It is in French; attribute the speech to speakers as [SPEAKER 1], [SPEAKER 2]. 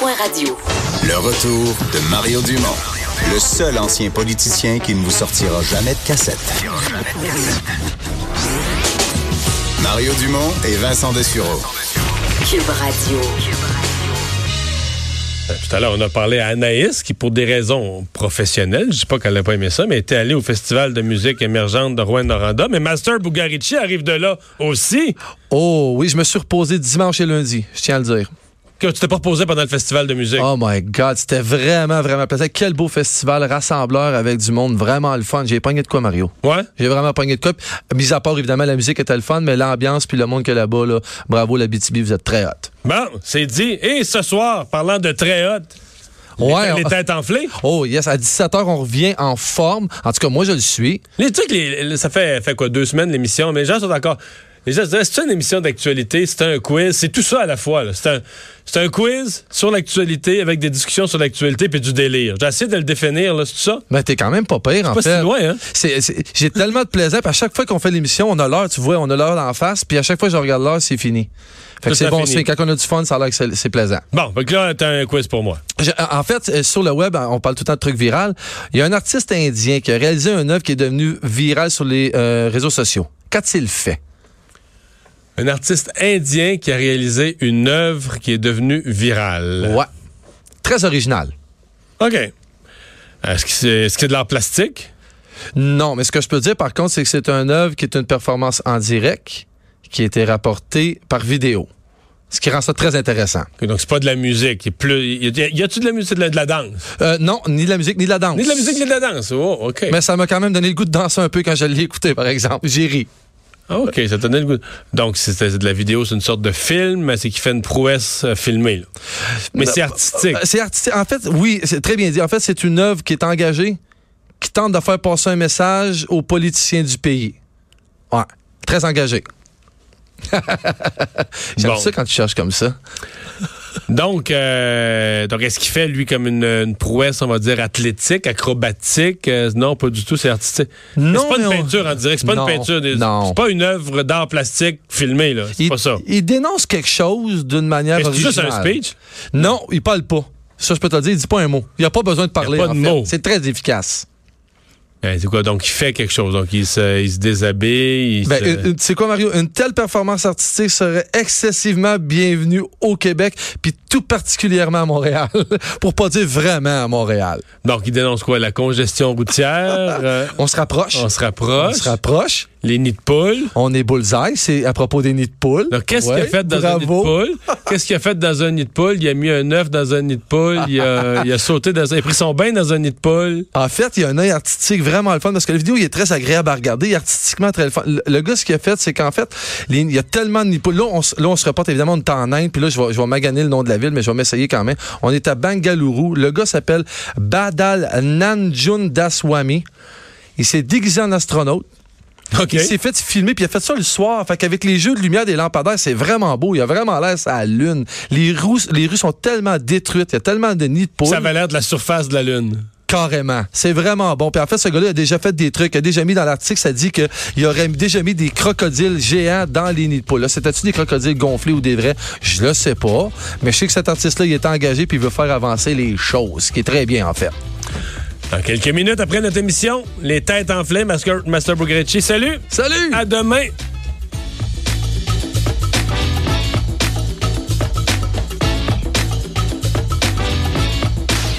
[SPEAKER 1] cube.radio.
[SPEAKER 2] Le retour de Mario Dumont, le seul ancien politicien qui ne vous sortira jamais de cassette. Mario Dumont et Vincent Dessureau.
[SPEAKER 1] Cube Radio.
[SPEAKER 3] Euh, Tout à l'heure, on a parlé à Anaïs qui, pour des raisons professionnelles, je dis pas qu'elle n'a pas aimé ça, mais était allée au Festival de musique émergente de Rouen-Noranda. Mais Master Bugarici arrive de là aussi.
[SPEAKER 4] Oh oui, je me suis reposé dimanche et lundi, je tiens à le dire.
[SPEAKER 3] Que tu t'es pas reposé pendant le Festival de musique.
[SPEAKER 4] Oh my God, c'était vraiment, vraiment plaisant. Quel beau festival rassembleur avec du monde, vraiment le fun. J'ai pogné de quoi, Mario?
[SPEAKER 3] Ouais?
[SPEAKER 4] J'ai vraiment pogné de quoi. Puis, Mis à part, évidemment, la musique était le fun, mais l'ambiance puis le monde que là-bas, là, bravo la BTB, vous êtes très hot.
[SPEAKER 3] Bon, c'est dit. Et ce soir, parlant de très haute,
[SPEAKER 4] Ouais,
[SPEAKER 3] les
[SPEAKER 4] on-
[SPEAKER 3] têtes enflées.
[SPEAKER 4] Oh yes, à 17h, on revient en forme. En tout cas, moi, je le suis.
[SPEAKER 3] Les trucs, les- les- ça fait, fait quoi, deux semaines l'émission, mais les gens sont encore. Les gens se disent, c'est une émission d'actualité, c'est un quiz, c'est tout ça à la fois. là. C'est un, c'est un quiz sur l'actualité avec des discussions sur l'actualité puis du délire. J'essaie de le définir, là, c'est tout ça.
[SPEAKER 4] Ben, t'es quand même pas pire, en
[SPEAKER 3] pas
[SPEAKER 4] fait.
[SPEAKER 3] si loin, hein?
[SPEAKER 4] C'est- c'est- J'ai tellement de plaisir. puis à chaque fois qu'on fait l'émission, on a l'heure, tu vois, on a l'heure en face. Puis à chaque fois que je regarde l'heure, c'est fini. Fait
[SPEAKER 3] Tout
[SPEAKER 4] que c'est
[SPEAKER 3] à
[SPEAKER 4] bon
[SPEAKER 3] fini.
[SPEAKER 4] signe. Quand on a du fun, ça a l'air que c'est c'est plaisant.
[SPEAKER 3] Bon, donc là, t'as un quiz pour moi.
[SPEAKER 4] Je- en fait, euh, sur le web, on parle tout le temps de trucs virales. Il y a un artiste indien qui a réalisé une œuvre qui est devenue virale sur les euh, réseaux sociaux. Qu'a-t-il fait?
[SPEAKER 3] Un artiste indien qui a réalisé une œuvre qui est devenue virale.
[SPEAKER 4] Ouais. Très original.
[SPEAKER 3] OK. Est-ce que c'est est-ce que c'est de l'art plastique?
[SPEAKER 4] Non, mais ce que je peux dire, par contre, c'est que c'est une œuvre qui est une performance en direct qui a été rapportée par vidéo. Ce qui rend ça très intéressant.
[SPEAKER 3] OK, Donc, c'est pas de la musique. Il est plus- Y a- y a-tu de la musique, de la, de la danse?
[SPEAKER 4] Euh, non, ni de la musique, ni de la danse.
[SPEAKER 3] Ni de la musique, ni de la danse. Oh, OK.
[SPEAKER 4] Mais ça m'a quand même donné le goût de danser un peu quand je l'ai écouté, par exemple. J'ai ri.
[SPEAKER 3] Ah, OK, ça te donnait le goût. Donc, c'est c'est de la vidéo, c'est une sorte de film, mais c'est qui fait une prouesse euh, filmée. là. Mais
[SPEAKER 4] Non,
[SPEAKER 3] c'est artistique.
[SPEAKER 4] Euh, C'est artistique. En fait, oui, c'est très bien dit. En fait, c'est une œuvre qui est engagée, qui tente de faire passer un message aux politiciens du pays. Ouais. Très engagé. J'aime
[SPEAKER 3] Bon.
[SPEAKER 4] ça quand tu cherches comme ça.
[SPEAKER 3] Donc, euh, donc est-ce qu'il fait, lui, comme une, une prouesse, on va dire, athlétique, acrobatique? Euh, non, pas du tout, c'est artistique. Mais
[SPEAKER 4] Non,
[SPEAKER 3] c'est pas une
[SPEAKER 4] mais on-
[SPEAKER 3] peinture, on dirait. C'est pas
[SPEAKER 4] Non,
[SPEAKER 3] une peinture. des-
[SPEAKER 4] non.
[SPEAKER 3] C'est pas une œuvre d'art plastique filmée, là. C'est
[SPEAKER 4] Il,
[SPEAKER 3] pas ça.
[SPEAKER 4] il dénonce quelque chose d'une manière
[SPEAKER 3] Est-ce
[SPEAKER 4] originale.
[SPEAKER 3] juste un speech?
[SPEAKER 4] Non, il parle pas. Ça, je peux te le dire, il dit pas un mot. Il n'y a pas besoin de parler.
[SPEAKER 3] pas de
[SPEAKER 4] en fait.
[SPEAKER 3] mots.
[SPEAKER 4] C'est très efficace.
[SPEAKER 3] Eh, c'est quoi? Donc, il fait quelque chose. Donc, il se, il se déshabille. il
[SPEAKER 4] Ben,
[SPEAKER 3] se-
[SPEAKER 4] une- une- c'est quoi, Mario? Une telle performance artistique serait excessivement bienvenue au Québec, puis tout particulièrement à Montréal, pour pas dire vraiment à Montréal.
[SPEAKER 3] Donc, il dénonce quoi? La congestion routière. euh,
[SPEAKER 4] On se rapproche.
[SPEAKER 3] on se rapproche.
[SPEAKER 4] On se rapproche.
[SPEAKER 3] les nids de poule.
[SPEAKER 4] On est bullseye. C'est à propos des nids de poule.
[SPEAKER 3] Donc, qu'est-ce
[SPEAKER 4] Ouais,
[SPEAKER 3] qu'il a fait dans un nid de
[SPEAKER 4] bravo.
[SPEAKER 3] poule? Qu'est-ce qu'il a fait dans un nid de poule? Il a mis un œuf dans un nid de poule. Il a, il a sauté dans un. Il a pris son bain dans un nid de poule.
[SPEAKER 4] En fait, il y a un œil artistique vraiment le fun parce que la vidéo il est très agréable à regarder, il est artistiquement très le fun. Le, le gars, ce qu'il a fait, c'est qu'en fait, les- il y a tellement de nids de poules. Là, on, se- là, on se reporte évidemment, on est en Inde, puis là, je vais, je vais maganer le nom de la ville, mais je vais m'essayer quand même. On est à Bangalore. Le gars s'appelle Badal Nanjun Daswamy. Il s'est déguisé en astronaute.
[SPEAKER 3] OK.
[SPEAKER 4] Il s'est fait filmer, puis il a fait ça le soir. Fait qu'avec les jeux de lumière des lampadaires, c'est vraiment beau. Il a vraiment l'air à la lune. Les rues, les rues sont tellement détruites. Il y a tellement de nids de poules.
[SPEAKER 3] Ça avait l'air de la surface de la Lune.
[SPEAKER 4] Carrément. C'est vraiment bon. Puis en fait, ce gars-là a déjà fait des trucs. Il a déjà mis dans l'article, ça dit qu'il aurait déjà mis des crocodiles géants dans les nids de poules. Là, C'était-tu des crocodiles gonflés ou des vrais? Je le sais pas. Mais je sais que cet artiste-là, il est engagé puis il veut faire avancer les choses, ce qui est très bien, en fait.
[SPEAKER 3] Dans quelques minutes après notre émission, les têtes enflées, Master, Master Bugrecci. Salut!
[SPEAKER 4] Salut!
[SPEAKER 3] À demain!